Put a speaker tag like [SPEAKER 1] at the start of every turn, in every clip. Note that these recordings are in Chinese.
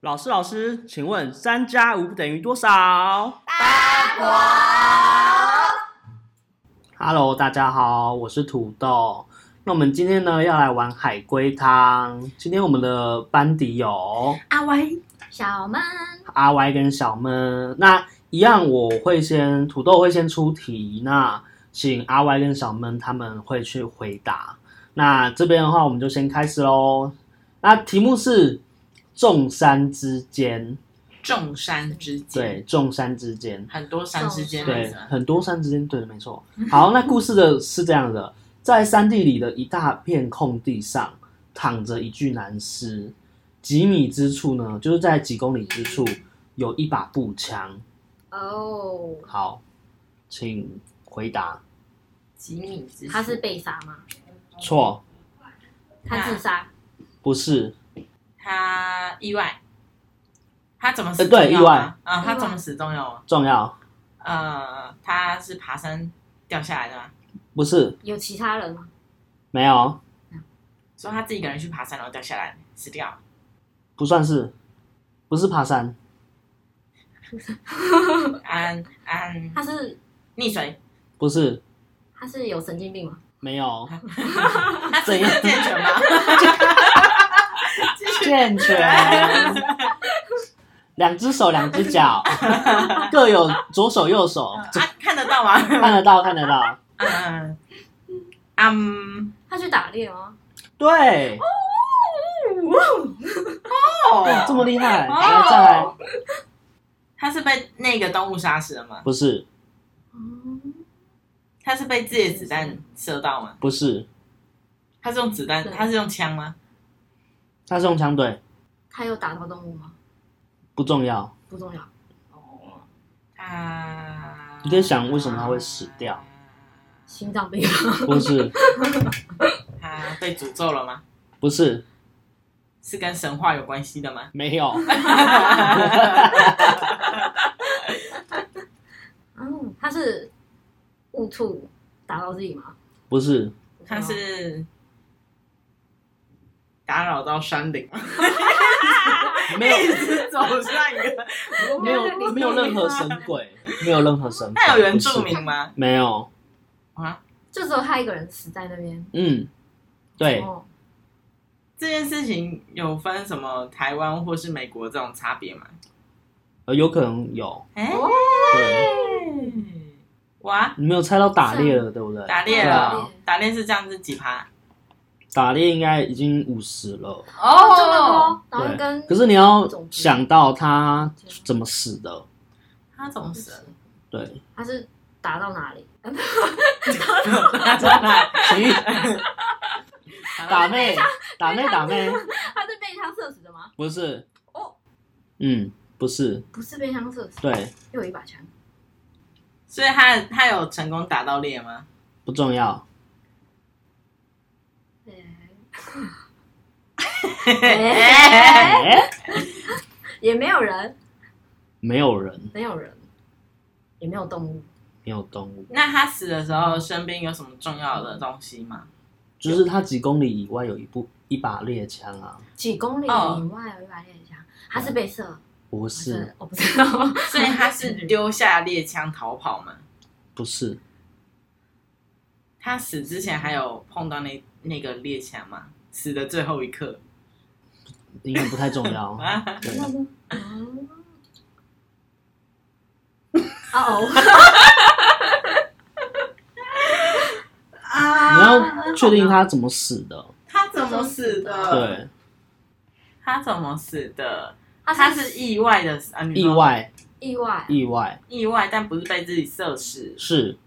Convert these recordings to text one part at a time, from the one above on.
[SPEAKER 1] 老师，老师，请问三加五等于多少？Hello，大家好，我是土豆。那我们今天呢要来玩海龟汤。今天我们的班底有
[SPEAKER 2] 阿歪，
[SPEAKER 3] 小曼，
[SPEAKER 1] 阿 Y 跟小闷。那一样，我会先土豆会先出题，那请阿 Y 跟小闷他们会去回答。那这边的话，我们就先开始喽。那题目是众山之间，
[SPEAKER 2] 众山之间，
[SPEAKER 1] 对，众山之间，
[SPEAKER 2] 很多山之间
[SPEAKER 1] 对
[SPEAKER 2] 的
[SPEAKER 3] 众山，
[SPEAKER 1] 很多山之间，对，没错。好，那故事的是这样的，在山地里的一大片空地上，躺着一具男尸。几米之处呢，就是在几公里之处，有一把步枪。
[SPEAKER 3] 哦，
[SPEAKER 1] 好，请回答。
[SPEAKER 2] 几米之，
[SPEAKER 3] 他是被杀吗？
[SPEAKER 1] 错，
[SPEAKER 3] 他自杀，
[SPEAKER 1] 不是，
[SPEAKER 2] 他意外，他怎么死
[SPEAKER 1] 呃对
[SPEAKER 2] 中药
[SPEAKER 1] 意外
[SPEAKER 2] 吗啊？
[SPEAKER 3] 意
[SPEAKER 2] 他
[SPEAKER 3] 外
[SPEAKER 2] 怎么死中药啊？
[SPEAKER 1] 重要，
[SPEAKER 2] 呃，他是爬山掉下来的吗？
[SPEAKER 1] 不是，
[SPEAKER 3] 有其他人吗？
[SPEAKER 1] 没有，
[SPEAKER 2] 说他自己一个人去爬山，然后掉下来死掉了。
[SPEAKER 1] 不算是，不是爬山，
[SPEAKER 2] 安安
[SPEAKER 3] 他是
[SPEAKER 2] 溺水，
[SPEAKER 1] 不是，
[SPEAKER 3] 他是有神经病吗？
[SPEAKER 1] 没有，
[SPEAKER 2] 他是
[SPEAKER 1] 怎样
[SPEAKER 2] 健全吗？
[SPEAKER 1] 健全，两只手，两只脚，各有左手右手，
[SPEAKER 2] 啊，看得到吗？
[SPEAKER 1] 看得到，看得到。
[SPEAKER 2] 嗯嗯，
[SPEAKER 3] 他去打猎吗？
[SPEAKER 1] 对，
[SPEAKER 2] 哦
[SPEAKER 1] 哎这么厉害，
[SPEAKER 2] 哦
[SPEAKER 1] 来再来，
[SPEAKER 2] 他是被那个动物杀死了吗？
[SPEAKER 1] 不是，
[SPEAKER 3] 嗯，
[SPEAKER 2] 他是被自己的子弹射到吗？
[SPEAKER 1] 不是，
[SPEAKER 2] 他是用子弹，
[SPEAKER 3] 对
[SPEAKER 2] 他是用枪吗？
[SPEAKER 1] 他是用枪对，
[SPEAKER 3] 他有打到动物吗？
[SPEAKER 1] 不重要，
[SPEAKER 3] 不重要。
[SPEAKER 2] 哦，他
[SPEAKER 1] 你可以想为什么他会死掉？
[SPEAKER 3] 心脏病吗？
[SPEAKER 1] 不是，
[SPEAKER 2] 他啊被诅咒了吗？
[SPEAKER 1] 不是，
[SPEAKER 2] 是跟神话有关系的吗？
[SPEAKER 1] 没有，
[SPEAKER 3] 嗯，他是误触打到自己吗？
[SPEAKER 1] 不是，
[SPEAKER 2] 他是打扰到 山林，
[SPEAKER 1] 没有，
[SPEAKER 2] 一直走上一个。
[SPEAKER 1] 没有，没有任何神鬼，没有任何神鬼。
[SPEAKER 2] 那有原住
[SPEAKER 1] 不
[SPEAKER 2] 民
[SPEAKER 1] 是？
[SPEAKER 2] 吗？
[SPEAKER 1] 没有，
[SPEAKER 2] 啊，
[SPEAKER 3] 就只有他一个人死在那边。
[SPEAKER 1] 嗯，对，
[SPEAKER 3] 哦，
[SPEAKER 2] 这件事情有分什么台湾或是美国这种差别吗？哦
[SPEAKER 1] 呃有可能有，
[SPEAKER 2] 哎、
[SPEAKER 1] 对，
[SPEAKER 2] 哇，
[SPEAKER 1] 你没有猜到打猎了，对不对？
[SPEAKER 2] 打猎
[SPEAKER 1] 对
[SPEAKER 2] 了
[SPEAKER 1] 啊，
[SPEAKER 2] 打猎是这样子几趴？
[SPEAKER 1] 打猎应该已经五十了，
[SPEAKER 3] 哦这么多，然后
[SPEAKER 1] 对。
[SPEAKER 3] 跟
[SPEAKER 1] 可是你要想到他怎么死的，
[SPEAKER 2] 他怎么死 了？
[SPEAKER 1] 对。
[SPEAKER 3] 他是打到哪里？
[SPEAKER 1] 行，打妹，打妹，打妹，
[SPEAKER 3] 他是被枪射死的吗？
[SPEAKER 1] 不是
[SPEAKER 3] 哦。
[SPEAKER 1] 嗯，不是，
[SPEAKER 3] 不是被枪射死，
[SPEAKER 1] 对，
[SPEAKER 3] 又有一把枪。
[SPEAKER 2] 所以他他有成功打到猎吗？
[SPEAKER 1] 不重要，
[SPEAKER 3] 哎
[SPEAKER 1] 哎，
[SPEAKER 3] 也没有人，
[SPEAKER 1] 没有人，
[SPEAKER 3] 没有人，也没有动物，
[SPEAKER 1] 没有动 物，
[SPEAKER 2] 那他死的时候身边有什么重要的东西 吗？
[SPEAKER 1] 就是他几公里以外有一部一把猎枪啊，
[SPEAKER 3] 几公里
[SPEAKER 2] 哦
[SPEAKER 3] 以外有一把猎枪，他是被射，
[SPEAKER 1] 不
[SPEAKER 3] 我
[SPEAKER 1] 是
[SPEAKER 3] 真，的我不 知道，
[SPEAKER 2] 所以他是丢下猎枪逃跑吗？
[SPEAKER 1] 不是，
[SPEAKER 2] 他死之前还有碰到那那个猎枪吗？死的最后一刻，。
[SPEAKER 1] 应该不太重要
[SPEAKER 2] 啊
[SPEAKER 1] 对，
[SPEAKER 3] 那个嗯哦 哦，
[SPEAKER 1] 你要确定他怎么死的。
[SPEAKER 2] 他怎么死的？，
[SPEAKER 1] 对，
[SPEAKER 2] 他怎么死的？他
[SPEAKER 3] 他
[SPEAKER 2] 是
[SPEAKER 3] 是
[SPEAKER 2] 意外的死啊，你
[SPEAKER 1] 意
[SPEAKER 2] 说
[SPEAKER 1] 外，
[SPEAKER 3] 意外，
[SPEAKER 1] 意外
[SPEAKER 2] 意外，但不是被自己射死，
[SPEAKER 1] 是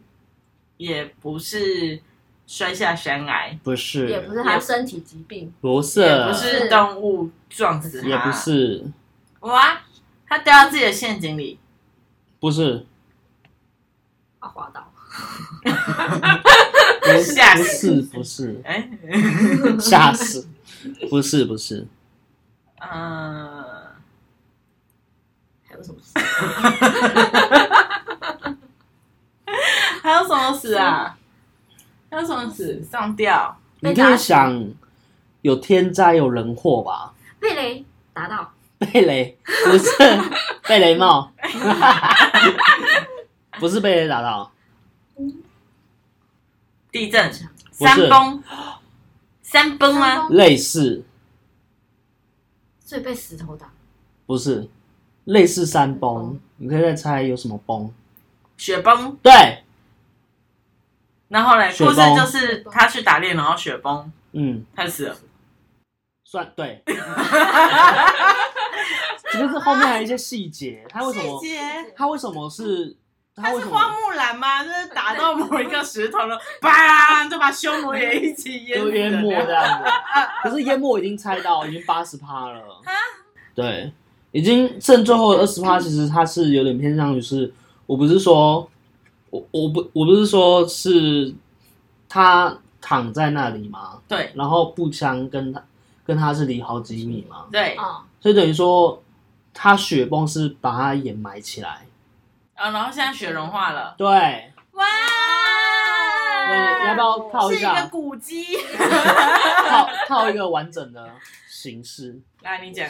[SPEAKER 2] 也不是摔下山崖，
[SPEAKER 1] 不
[SPEAKER 3] 也不
[SPEAKER 1] 是？
[SPEAKER 3] 是他身体疾病，
[SPEAKER 1] 不
[SPEAKER 2] 也不
[SPEAKER 1] 是，
[SPEAKER 2] 是动物撞死他，
[SPEAKER 1] 也不是，
[SPEAKER 2] 哇，他掉到自己的陷阱里，
[SPEAKER 1] 不是，
[SPEAKER 3] 啊滑倒，
[SPEAKER 1] 不是
[SPEAKER 2] 吓，
[SPEAKER 1] 不
[SPEAKER 2] 死
[SPEAKER 1] 是，不是，
[SPEAKER 2] 哎，
[SPEAKER 1] 吓死，不是，不是，
[SPEAKER 2] 嗯，
[SPEAKER 3] 还有什 么事？
[SPEAKER 2] 还有什么死啊？还有什么死？上吊，
[SPEAKER 1] 你
[SPEAKER 3] 被
[SPEAKER 1] 可
[SPEAKER 3] 打
[SPEAKER 1] 以
[SPEAKER 3] 死
[SPEAKER 1] 想有天灾有人祸吧？
[SPEAKER 3] 被雷打到，
[SPEAKER 1] 贝雷不 是贝雷帽， 不是贝雷打到，
[SPEAKER 2] 地震，
[SPEAKER 1] 不
[SPEAKER 2] 山
[SPEAKER 1] 是
[SPEAKER 2] 崩，山崩
[SPEAKER 3] 山
[SPEAKER 2] 吗？
[SPEAKER 3] 崩
[SPEAKER 1] 类似
[SPEAKER 3] 所以被石头打，
[SPEAKER 1] 不是类似山崩，你可以再猜有什么崩？
[SPEAKER 2] 雪崩，
[SPEAKER 1] 对，
[SPEAKER 2] 然后嘞，
[SPEAKER 1] 雪
[SPEAKER 2] 故
[SPEAKER 1] 崩
[SPEAKER 2] 事就是他去打猎，然后雪崩，
[SPEAKER 1] 嗯，
[SPEAKER 2] 他就死了。
[SPEAKER 1] 算 对。只是这后面还有一些细节，他为什么
[SPEAKER 2] 细节？
[SPEAKER 1] 他为什么是他
[SPEAKER 2] 他
[SPEAKER 1] 为
[SPEAKER 2] 是
[SPEAKER 1] 什
[SPEAKER 2] 花
[SPEAKER 1] 么
[SPEAKER 2] 木兰吗？就是打到某一个石头 了，砰，就把匈奴也一起淹
[SPEAKER 1] 都
[SPEAKER 2] 死
[SPEAKER 1] 淹没这
[SPEAKER 2] 了。
[SPEAKER 1] 样 子？可是淹没我已经猜到，已经八十趴了。
[SPEAKER 2] 啊
[SPEAKER 1] 对，已经剩最后二十趴，其实它是有点偏向于是，我不是说，我我不我不是说是他躺在那里嘛，
[SPEAKER 2] 对
[SPEAKER 1] 然后步枪跟他跟他是离好几米嘛，
[SPEAKER 2] 对，
[SPEAKER 3] 啊，
[SPEAKER 1] 所以等于说他雪崩是把他掩埋起来。
[SPEAKER 2] 啊，然后现在雪融化了，
[SPEAKER 1] 对，
[SPEAKER 2] 哇！
[SPEAKER 1] 你要不要套一
[SPEAKER 2] 是一个
[SPEAKER 1] 下？
[SPEAKER 2] 古迹。
[SPEAKER 1] 套套一个完整的形式。
[SPEAKER 2] 来，你讲。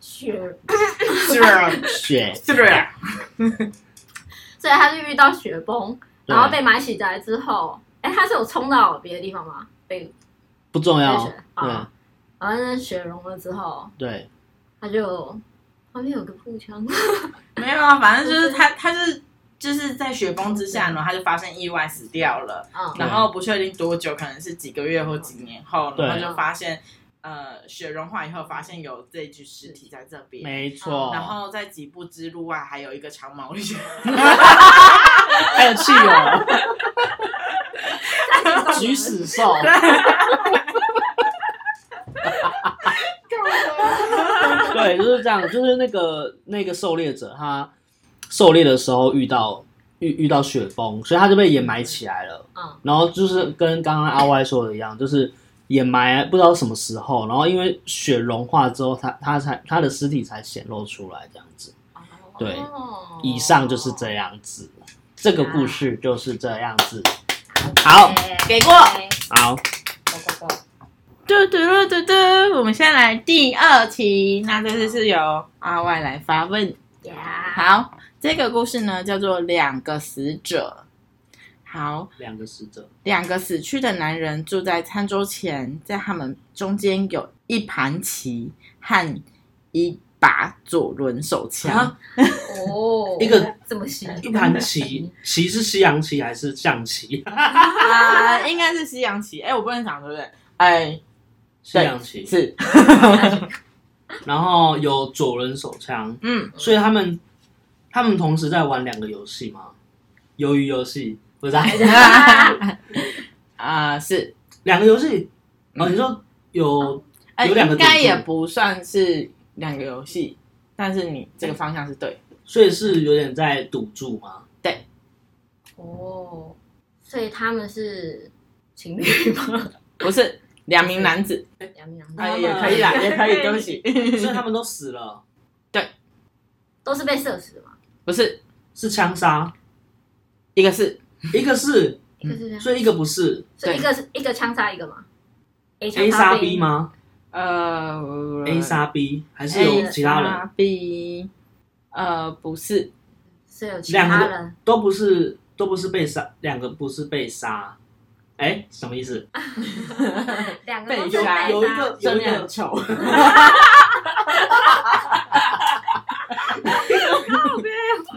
[SPEAKER 3] 雪，
[SPEAKER 2] 是
[SPEAKER 1] 啊
[SPEAKER 2] 不
[SPEAKER 1] 雪，
[SPEAKER 2] 是？
[SPEAKER 3] 所以他就遇到雪崩，然后
[SPEAKER 1] 对
[SPEAKER 3] 被埋起来之后，哎，他是有冲到别的地方吗？被
[SPEAKER 1] 不重
[SPEAKER 3] 被
[SPEAKER 1] 要。
[SPEAKER 3] 雪啊，然后那雪融了之后，
[SPEAKER 1] 对对，
[SPEAKER 3] 他就旁边有个步枪，
[SPEAKER 2] 没有啊，反正就是他，他是就是在雪崩之下呢，他就发生意外死掉了，
[SPEAKER 3] 啊，
[SPEAKER 2] 然后不确定多久，可能是几个月或几年后，
[SPEAKER 1] 对
[SPEAKER 2] 然后就发现，呃，雪融化以后发现有这具尸体在这边。
[SPEAKER 1] 没错。
[SPEAKER 2] 啊然后在几步之路外还有一个长毛驴，
[SPEAKER 1] 还有汽油，
[SPEAKER 3] 举
[SPEAKER 1] 举
[SPEAKER 3] 死，
[SPEAKER 1] 死兽。 对，就是这样，就是那个那个狩猎者，他狩猎的时候遇到遇遇到雪崩，所以他就被掩埋起来了。
[SPEAKER 3] 嗯，
[SPEAKER 1] 然后就是跟刚刚阿 Y 说的一样，就是掩埋不知道什么时候，然后因为雪融化之后，他他才他的尸体才显露出来这样子。对
[SPEAKER 3] 哦
[SPEAKER 1] 以上就是这样子，这个故事就是这样子。
[SPEAKER 2] 哦
[SPEAKER 1] 好，
[SPEAKER 2] 给过。
[SPEAKER 1] 好，
[SPEAKER 2] 嘟嘟嘟嘟嘟，我们现在来第二题，那这次是由阿外来发问
[SPEAKER 3] 呀，
[SPEAKER 2] 好，这个故事呢叫做《两个死者》。好，
[SPEAKER 1] 两个使者，
[SPEAKER 2] 两个死去的男人住在餐桌前，在他们中间有一盘棋和一把左轮手枪
[SPEAKER 1] 啊。
[SPEAKER 3] 哦，
[SPEAKER 1] 一个
[SPEAKER 3] 这么细，
[SPEAKER 1] 一盘 棋，棋是西洋棋还是象棋？
[SPEAKER 2] 啊、应该是西洋棋。哎、我不能讲对不对？哎、
[SPEAKER 1] 西洋棋。
[SPEAKER 2] 是，
[SPEAKER 1] 然后有左轮手枪，
[SPEAKER 2] 嗯，
[SPEAKER 1] 所以他们他们同时在玩两个游戏吗？鱿鱼游戏不 是啊、
[SPEAKER 2] 啊、是，
[SPEAKER 1] 两个游戏哦，你说有
[SPEAKER 2] 哎、
[SPEAKER 1] 有两个
[SPEAKER 2] 应该
[SPEAKER 1] 点
[SPEAKER 2] 也
[SPEAKER 1] 子
[SPEAKER 2] 不算是两个游戏，但是你这个方向是对的。
[SPEAKER 1] 所以是有点在赌注 吗？
[SPEAKER 3] 哦，所以他们是情侣吗？
[SPEAKER 2] 不是两名男子，
[SPEAKER 3] 两两
[SPEAKER 1] 哎
[SPEAKER 2] 哎，也可以啦，也可以，对不 起，
[SPEAKER 1] 所以他们都死了，
[SPEAKER 3] 都是被射死的嘛，
[SPEAKER 2] 不是
[SPEAKER 1] 是枪杀，
[SPEAKER 2] 一个是
[SPEAKER 1] 一个 是，
[SPEAKER 3] 一个是这样，
[SPEAKER 1] 所以一个不是
[SPEAKER 3] 所以一个是一个枪杀一个嘛，A
[SPEAKER 1] A 杀 B？吗
[SPEAKER 2] 呃
[SPEAKER 1] ？A 杀 B 还是有其他人
[SPEAKER 2] B，呃，不是，
[SPEAKER 3] 是有其他
[SPEAKER 1] 两
[SPEAKER 3] 人，
[SPEAKER 1] 都不是都不是被杀，两个不是被杀，哎，什么意思？
[SPEAKER 3] 两个都
[SPEAKER 2] 被
[SPEAKER 3] 是
[SPEAKER 2] 杀
[SPEAKER 3] 被
[SPEAKER 1] 有有一
[SPEAKER 3] 杀
[SPEAKER 1] 个
[SPEAKER 2] 正面很丑，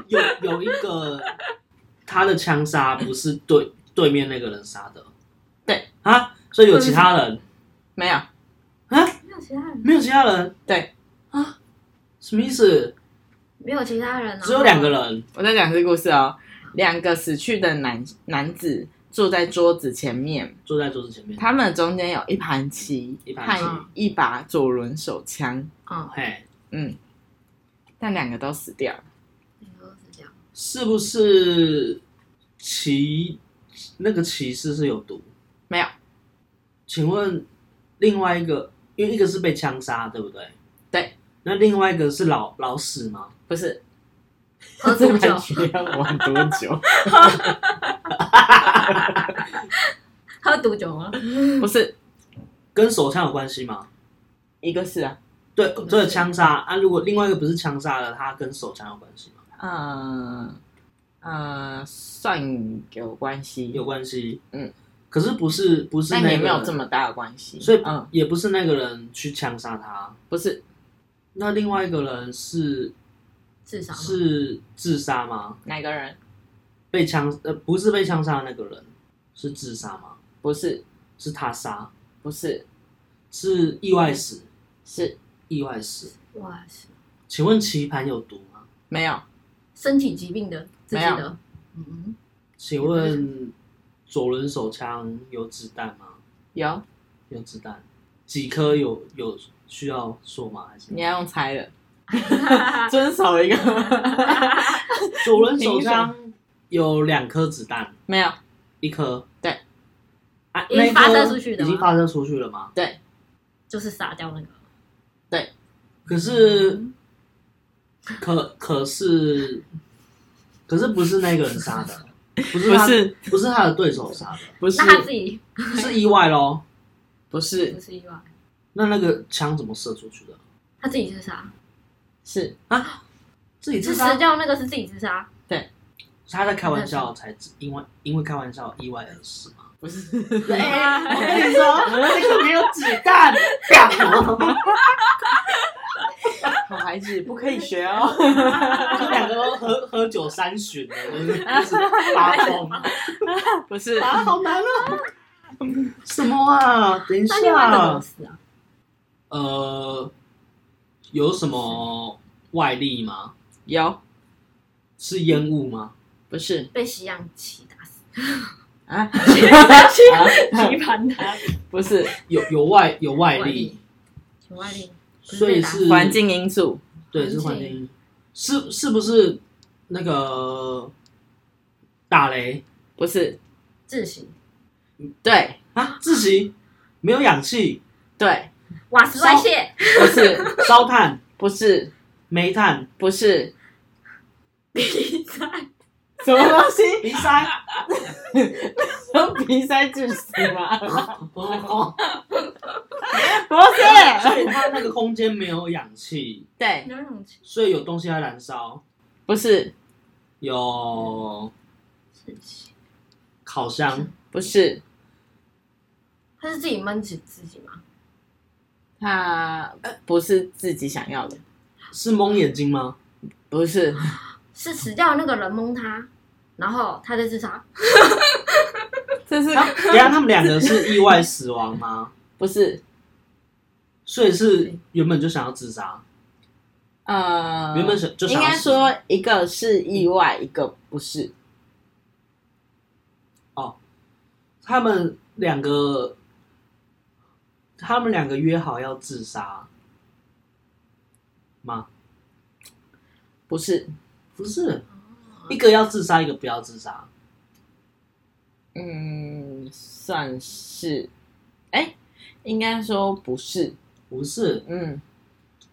[SPEAKER 1] 有有一个他的枪杀不是对对面那个人杀的，
[SPEAKER 2] 对
[SPEAKER 1] 啊，所以有其他人
[SPEAKER 2] 没有，
[SPEAKER 3] 没有其他人，
[SPEAKER 1] 没有其他人
[SPEAKER 2] 对
[SPEAKER 1] 啊？什么意思？
[SPEAKER 2] 嗯
[SPEAKER 3] 没有其他人，啊
[SPEAKER 1] 只有两个，人，
[SPEAKER 2] 我在讲这故事哦，两个死去的男男子坐在桌子前面，
[SPEAKER 1] 坐在桌子前面，
[SPEAKER 2] 他们中间有一盘棋
[SPEAKER 1] 一盘棋
[SPEAKER 2] 和一把左轮手枪，
[SPEAKER 3] 嗯，
[SPEAKER 1] 嘿，
[SPEAKER 2] 嗯，但两个都死掉了，
[SPEAKER 3] 两个都是这样，
[SPEAKER 1] 是不是骑那个骑士是有毒？
[SPEAKER 2] 没有，
[SPEAKER 1] 请问另外一个，因为一个是被枪杀，对不对？
[SPEAKER 2] 对。
[SPEAKER 1] 那另外一个是老老死吗？
[SPEAKER 2] 不是，
[SPEAKER 3] 喝多
[SPEAKER 2] 这
[SPEAKER 3] 久
[SPEAKER 2] 盘？棋要玩多 久？
[SPEAKER 3] 喝毒酒吗？
[SPEAKER 2] 不是，
[SPEAKER 1] 跟手枪有关系吗？
[SPEAKER 2] 一个是啊，
[SPEAKER 1] 对，这个枪杀啊，如果另外一个不是枪杀的，它跟手枪有关系吗？
[SPEAKER 2] 嗯呃，算有关系，
[SPEAKER 1] 有关系，
[SPEAKER 2] 嗯，
[SPEAKER 1] 可是不是不是
[SPEAKER 2] 但
[SPEAKER 1] 那
[SPEAKER 2] 也
[SPEAKER 1] 个
[SPEAKER 2] 没有
[SPEAKER 1] 人
[SPEAKER 2] 这么大的关系。
[SPEAKER 1] 所以
[SPEAKER 2] 嗯，
[SPEAKER 1] 也不是那个人去枪杀他，
[SPEAKER 2] 不是
[SPEAKER 1] 那另外一个人是
[SPEAKER 3] 至少吗
[SPEAKER 1] 是自杀吗？
[SPEAKER 2] 哪个人，
[SPEAKER 1] 被枪呃不是被枪杀的那个人是自杀吗？
[SPEAKER 2] 不是
[SPEAKER 1] 是他杀？
[SPEAKER 2] 不是
[SPEAKER 1] 是意外死？
[SPEAKER 2] 是
[SPEAKER 1] 意外死？
[SPEAKER 3] 哇塞，
[SPEAKER 1] 请问棋盘有毒吗？
[SPEAKER 2] 没有
[SPEAKER 3] 身体疾病的自己
[SPEAKER 2] 没
[SPEAKER 3] 的，嗯，
[SPEAKER 1] 请问左轮手枪有子弹吗？
[SPEAKER 2] 有，
[SPEAKER 1] 有子弹，几颗有有需要说吗？还是
[SPEAKER 2] 你要用猜 的，遵守一个，
[SPEAKER 1] 左轮手枪有两颗子弹，
[SPEAKER 2] 没有
[SPEAKER 1] 一颗
[SPEAKER 2] 对
[SPEAKER 1] 啊，
[SPEAKER 3] 已经
[SPEAKER 1] 那一颗
[SPEAKER 3] 发射出去的
[SPEAKER 1] 已
[SPEAKER 3] 吗
[SPEAKER 1] 经发射出去了吗？
[SPEAKER 2] 对，
[SPEAKER 3] 就是杀掉那个，
[SPEAKER 1] 可是
[SPEAKER 3] 嗯
[SPEAKER 1] 可可是可是不是那个人杀 的，不是
[SPEAKER 2] 不
[SPEAKER 1] 他
[SPEAKER 2] 是
[SPEAKER 1] 不是他的对手杀的，
[SPEAKER 2] 不是
[SPEAKER 3] 那他自己
[SPEAKER 1] 是意外咯。
[SPEAKER 2] 不
[SPEAKER 3] 不
[SPEAKER 2] 是
[SPEAKER 3] 是意外，
[SPEAKER 1] 那那个枪怎么射出去的？
[SPEAKER 3] 他自己自杀，
[SPEAKER 2] 是啊
[SPEAKER 1] 自己
[SPEAKER 3] 是
[SPEAKER 1] 自
[SPEAKER 3] 死
[SPEAKER 1] 杀？
[SPEAKER 3] 掉那个是自己自杀，
[SPEAKER 1] 他在开玩笑才知因为因为开玩笑意外而死 嘛。
[SPEAKER 2] 不是
[SPEAKER 3] 啊
[SPEAKER 1] 我跟你说，那个没有子弹， 啪
[SPEAKER 2] 好孩子不可以学哦，
[SPEAKER 1] 这两个都喝喝酒三巡的，就是一直发 疯。
[SPEAKER 2] 不是
[SPEAKER 1] 啊，好难啊！什么啊？等一
[SPEAKER 3] 那另外一个怎
[SPEAKER 1] 下，
[SPEAKER 3] 么死啊？
[SPEAKER 1] 呃，有什么外力吗？
[SPEAKER 2] 有
[SPEAKER 1] 是烟雾吗？
[SPEAKER 2] 不是
[SPEAKER 3] 被西洋棋 打死，
[SPEAKER 2] 啊
[SPEAKER 3] 棋盘打死，
[SPEAKER 2] 不是
[SPEAKER 1] 有有外有外力，
[SPEAKER 3] 请外力，不是
[SPEAKER 1] 所以
[SPEAKER 3] 被打
[SPEAKER 1] 是
[SPEAKER 2] 环境因素，
[SPEAKER 1] 对是环
[SPEAKER 3] 环境
[SPEAKER 1] 境，是是不是那个打雷
[SPEAKER 2] 不是
[SPEAKER 3] 窒息，
[SPEAKER 2] 对
[SPEAKER 1] 啊？自习没有氧气，
[SPEAKER 2] 对
[SPEAKER 3] 瓦斯外泄，
[SPEAKER 2] 不是
[SPEAKER 1] 烧炭、
[SPEAKER 2] 不是
[SPEAKER 1] 煤炭、
[SPEAKER 2] 不是
[SPEAKER 3] 比赛，
[SPEAKER 2] 什么东西？
[SPEAKER 1] 鼻塞。
[SPEAKER 2] 用鼻塞致死吗？
[SPEAKER 1] 哦，
[SPEAKER 2] 不是，
[SPEAKER 1] 所以它那个空间没有氧气，
[SPEAKER 2] 对，
[SPEAKER 3] 哪种气？
[SPEAKER 1] 所以有东西在燃烧，
[SPEAKER 2] 不是，
[SPEAKER 1] 有
[SPEAKER 3] 窒息，
[SPEAKER 1] 烤箱。
[SPEAKER 2] 不是，
[SPEAKER 3] 他是自己闷死自己吗？
[SPEAKER 2] 他呃不是自己想要的，
[SPEAKER 1] 是蒙眼睛吗？
[SPEAKER 2] 不是，
[SPEAKER 3] 是死掉的那个人蒙他，然后他在自杀，
[SPEAKER 2] 这是
[SPEAKER 1] 他啊等一下他们两个是意外死亡吗？
[SPEAKER 2] 啊不是？
[SPEAKER 1] 所以是原本就想要自杀，
[SPEAKER 2] 呃，
[SPEAKER 1] 原本想就
[SPEAKER 2] 应
[SPEAKER 1] 想要
[SPEAKER 2] 该
[SPEAKER 1] 死
[SPEAKER 2] 说一个是意外，一个不是，
[SPEAKER 1] 他们两个，他们两个约好要自杀吗？
[SPEAKER 2] 不是，
[SPEAKER 1] 不是，
[SPEAKER 2] 哦
[SPEAKER 1] 一个要自杀，一个不要自杀。
[SPEAKER 2] 嗯，算是，哎，应该说不是，
[SPEAKER 1] 不是，
[SPEAKER 2] 嗯，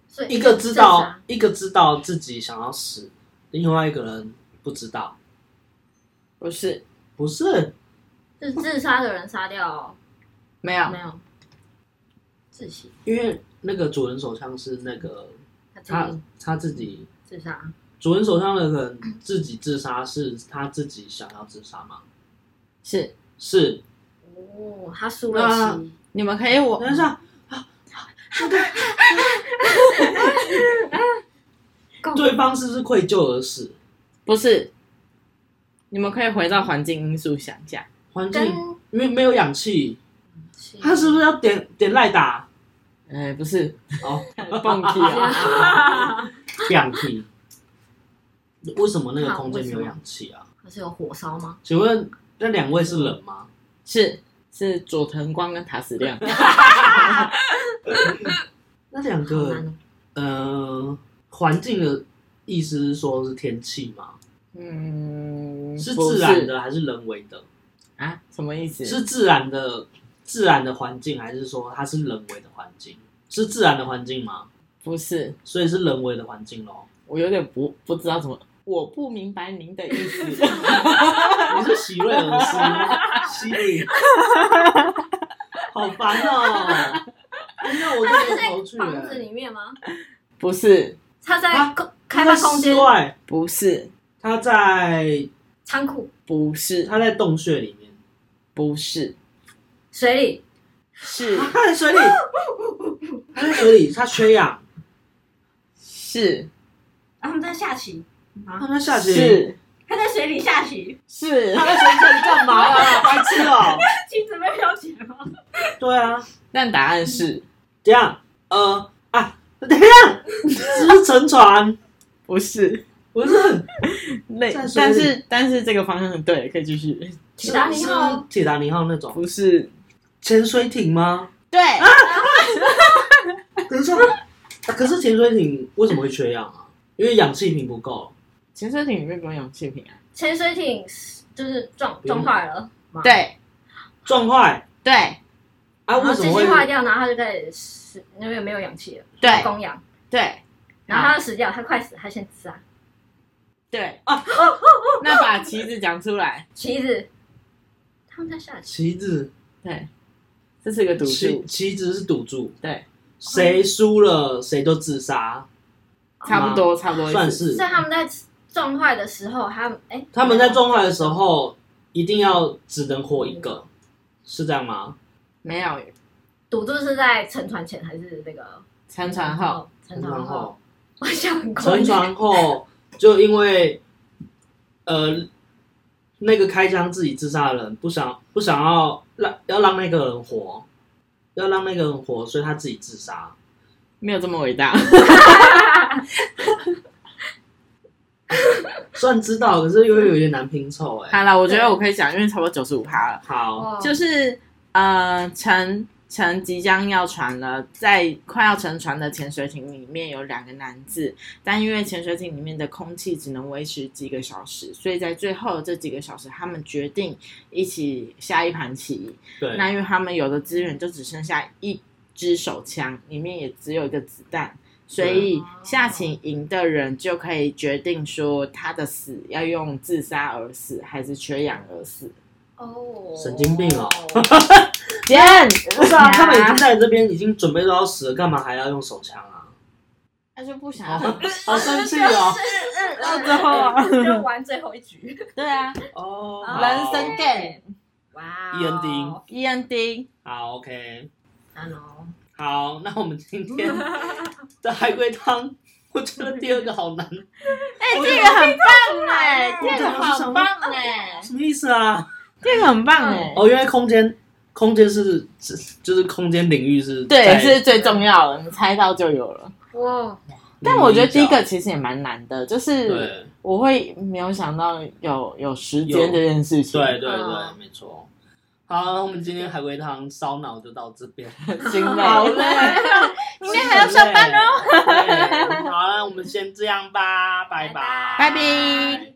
[SPEAKER 3] 所以
[SPEAKER 1] 一个知道
[SPEAKER 3] 自杀，
[SPEAKER 1] 一个知道自己想要死，另外一个人不知道。
[SPEAKER 2] 不是，
[SPEAKER 1] 不是，
[SPEAKER 3] 是自杀的人杀掉哦，
[SPEAKER 2] 没有
[SPEAKER 3] 没，有窒息，
[SPEAKER 1] 因为那个左轮手枪是那个
[SPEAKER 3] 他自
[SPEAKER 1] 他
[SPEAKER 3] 己
[SPEAKER 1] 他自己
[SPEAKER 3] 自杀，
[SPEAKER 1] 主人手上的人自己自杀是他自己想要自杀吗？
[SPEAKER 2] 是，
[SPEAKER 1] 是。
[SPEAKER 3] 哦，他输了
[SPEAKER 1] 那
[SPEAKER 3] 棋，
[SPEAKER 2] 你们可以我
[SPEAKER 1] 等一下，
[SPEAKER 3] 够
[SPEAKER 1] 对方是不是愧疚而死？
[SPEAKER 2] 不是，你们可以回到环境因素想一下，
[SPEAKER 1] 环境
[SPEAKER 3] 跟
[SPEAKER 1] 因为没有氧气，
[SPEAKER 3] 气
[SPEAKER 1] 他是不是要点点赖打？
[SPEAKER 2] 呃，不是。
[SPEAKER 1] 哦，
[SPEAKER 2] 蹦迪啊，
[SPEAKER 1] 氧气。为什么那个空间没有氧气啊？
[SPEAKER 3] 可是有火烧吗？
[SPEAKER 1] 请问那两位是人吗？
[SPEAKER 2] 是是佐藤光跟塔矢亮，
[SPEAKER 1] 那两
[SPEAKER 3] 好难
[SPEAKER 1] 个
[SPEAKER 3] 哦，
[SPEAKER 1] 呃，环境的意思是说是天气吗？
[SPEAKER 2] 嗯，
[SPEAKER 1] 是
[SPEAKER 2] 不
[SPEAKER 1] 自然的还是人为的？
[SPEAKER 2] 啊？什么意思？
[SPEAKER 1] 是自然的自然的环境，还是说它是人为的环境？是自然的环境吗？
[SPEAKER 2] 不是？
[SPEAKER 1] 所以是人为的环境咯。
[SPEAKER 2] 我有点不不知道怎么，我不明白您的意思。
[SPEAKER 1] 你是喜瑞尔斯，西里，好烦哦、那我
[SPEAKER 3] 他
[SPEAKER 1] 就
[SPEAKER 3] 是
[SPEAKER 1] 有头绪
[SPEAKER 3] 在房
[SPEAKER 1] 了。
[SPEAKER 3] 子
[SPEAKER 1] 欸
[SPEAKER 3] 里面吗？
[SPEAKER 2] 不是，
[SPEAKER 3] 他在
[SPEAKER 1] 啊
[SPEAKER 3] 空开发空间
[SPEAKER 1] 他在室外，
[SPEAKER 2] 不是，
[SPEAKER 1] 他在
[SPEAKER 3] 仓库
[SPEAKER 2] 不是，
[SPEAKER 1] 他在洞穴里面，
[SPEAKER 2] 不是，
[SPEAKER 3] 水里
[SPEAKER 2] 是
[SPEAKER 1] 啊他在水里，他在水里，他缺氧，
[SPEAKER 2] 是
[SPEAKER 4] 啊然后他们在下棋，
[SPEAKER 1] 他在下棋，
[SPEAKER 2] 是
[SPEAKER 4] 他在水里下棋，
[SPEAKER 2] 是
[SPEAKER 1] 他，在水里干嘛呀？白痴哦！
[SPEAKER 4] 棋子被飘起来吗？
[SPEAKER 1] 对啊，
[SPEAKER 2] 但答案是
[SPEAKER 1] 这样，呃啊，等一下，是不是沉船？
[SPEAKER 2] 不是？
[SPEAKER 1] 不是，
[SPEAKER 2] 类
[SPEAKER 1] 在，水
[SPEAKER 2] 但
[SPEAKER 1] 里
[SPEAKER 2] 是但是这个方向很对，可以继续。
[SPEAKER 3] 铁达尼号
[SPEAKER 1] 是铁达尼号那种
[SPEAKER 2] 不是，啊
[SPEAKER 1] 潜水艇吗？
[SPEAKER 2] 对，
[SPEAKER 1] 等一下，啊可是潜水艇为什么会缺氧啊？因为氧气瓶不够。
[SPEAKER 2] 潜水艇里面不用氧气瓶啊。
[SPEAKER 3] 潜水艇就是撞撞坏了，
[SPEAKER 2] 对
[SPEAKER 1] 撞坏
[SPEAKER 2] 对
[SPEAKER 1] 啊？
[SPEAKER 3] 然后
[SPEAKER 1] 为
[SPEAKER 3] 机
[SPEAKER 1] 什么
[SPEAKER 3] 器坏
[SPEAKER 1] 会？
[SPEAKER 3] 掉，然后他就开始死，因为没有氧气了，
[SPEAKER 2] 对
[SPEAKER 3] 供氧，
[SPEAKER 2] 对
[SPEAKER 3] 然后他就死掉，他快死，啊他先自杀。
[SPEAKER 2] 对， 那把棋子讲出来，
[SPEAKER 3] 棋子，他们在下棋，
[SPEAKER 1] 旗子，
[SPEAKER 2] 对，这是一个赌
[SPEAKER 1] 旗
[SPEAKER 2] 注，
[SPEAKER 1] 旗子是赌注，
[SPEAKER 2] 对，
[SPEAKER 1] 谁输了谁就自杀。
[SPEAKER 2] 差不多差不多意思
[SPEAKER 1] 算是
[SPEAKER 3] 所以他们在撞坏的时候，他们哎、
[SPEAKER 1] 他们在撞坏的时候，一定要只能活一个，是这样吗？
[SPEAKER 2] 没有
[SPEAKER 3] 赌注是在沉船前还是那个哦
[SPEAKER 2] 沉船后，，
[SPEAKER 3] 沉
[SPEAKER 1] 沉
[SPEAKER 3] 船
[SPEAKER 1] 船
[SPEAKER 3] 后，
[SPEAKER 1] 后，
[SPEAKER 3] 我想很快
[SPEAKER 1] 沉船后就因为呃那个开枪自己自杀的人不想不想要让要让那个人活，要让那个人活，所以他自己自杀。
[SPEAKER 2] 没有这么伟大。
[SPEAKER 1] 虽然知道，可是又有点难拼凑哎、
[SPEAKER 2] 好了，我觉得我可以讲，因为差不多九十五趴了。
[SPEAKER 1] 好，
[SPEAKER 3] 哦
[SPEAKER 2] 就是呃，沉沉即将要船了，在快要沉船的潜水艇里面有两个男子，但因为潜水艇里面的空气只能维持几个小时，所以在最后的这几个小时，他们决定一起下一盘棋。
[SPEAKER 1] 对，
[SPEAKER 2] 那因为他们有的资源就只剩下一支手枪，里面也只有一个子弹，所以下棋赢的人就可以决定说他的死要用自杀而死，还是缺氧而死。
[SPEAKER 3] 哦，
[SPEAKER 1] 神经病哦，
[SPEAKER 2] 简，
[SPEAKER 1] 不是啊，他们已经在这边已经准备都要死了，干嘛还要用手枪啊？
[SPEAKER 2] 他就不想
[SPEAKER 1] 好
[SPEAKER 2] 要。
[SPEAKER 1] 好生气哦！
[SPEAKER 2] 到最后啊，
[SPEAKER 3] 就玩最后一局，
[SPEAKER 2] 对啊，
[SPEAKER 1] 哦，
[SPEAKER 3] 好
[SPEAKER 2] 人生 game
[SPEAKER 3] 哇哦
[SPEAKER 1] E N D
[SPEAKER 2] E N D
[SPEAKER 1] 好，OK，
[SPEAKER 3] 然后
[SPEAKER 1] 好，那我们今天的海龟汤，我觉得第二个好难，
[SPEAKER 2] 哎，这个很棒哎，这个
[SPEAKER 1] 个
[SPEAKER 2] 好
[SPEAKER 1] 好
[SPEAKER 2] 棒
[SPEAKER 1] 棒哦
[SPEAKER 2] 哎，
[SPEAKER 1] 什么意思啊？
[SPEAKER 2] 这个很棒哎。
[SPEAKER 1] 哦，原来空间，空间是是就是空间领域是
[SPEAKER 2] 对，
[SPEAKER 1] 在
[SPEAKER 2] 这是最重要的，你猜到就有了。
[SPEAKER 3] 哇，
[SPEAKER 2] 但我觉得第一个
[SPEAKER 1] 角
[SPEAKER 2] 其实也蛮难的，就是
[SPEAKER 1] 对
[SPEAKER 2] 我会没有想到有有时间这件事情，
[SPEAKER 1] 对对对，
[SPEAKER 3] 嗯
[SPEAKER 1] 没错。好，那我们今天海龟汤烧脑就到这边。
[SPEAKER 2] 很辛
[SPEAKER 3] 哦
[SPEAKER 2] 累，
[SPEAKER 1] 好累，
[SPEAKER 2] 明天还要上 班
[SPEAKER 1] 哦。对好，那我们先这样吧，拜
[SPEAKER 3] 拜
[SPEAKER 1] 拜，
[SPEAKER 2] 拜拜。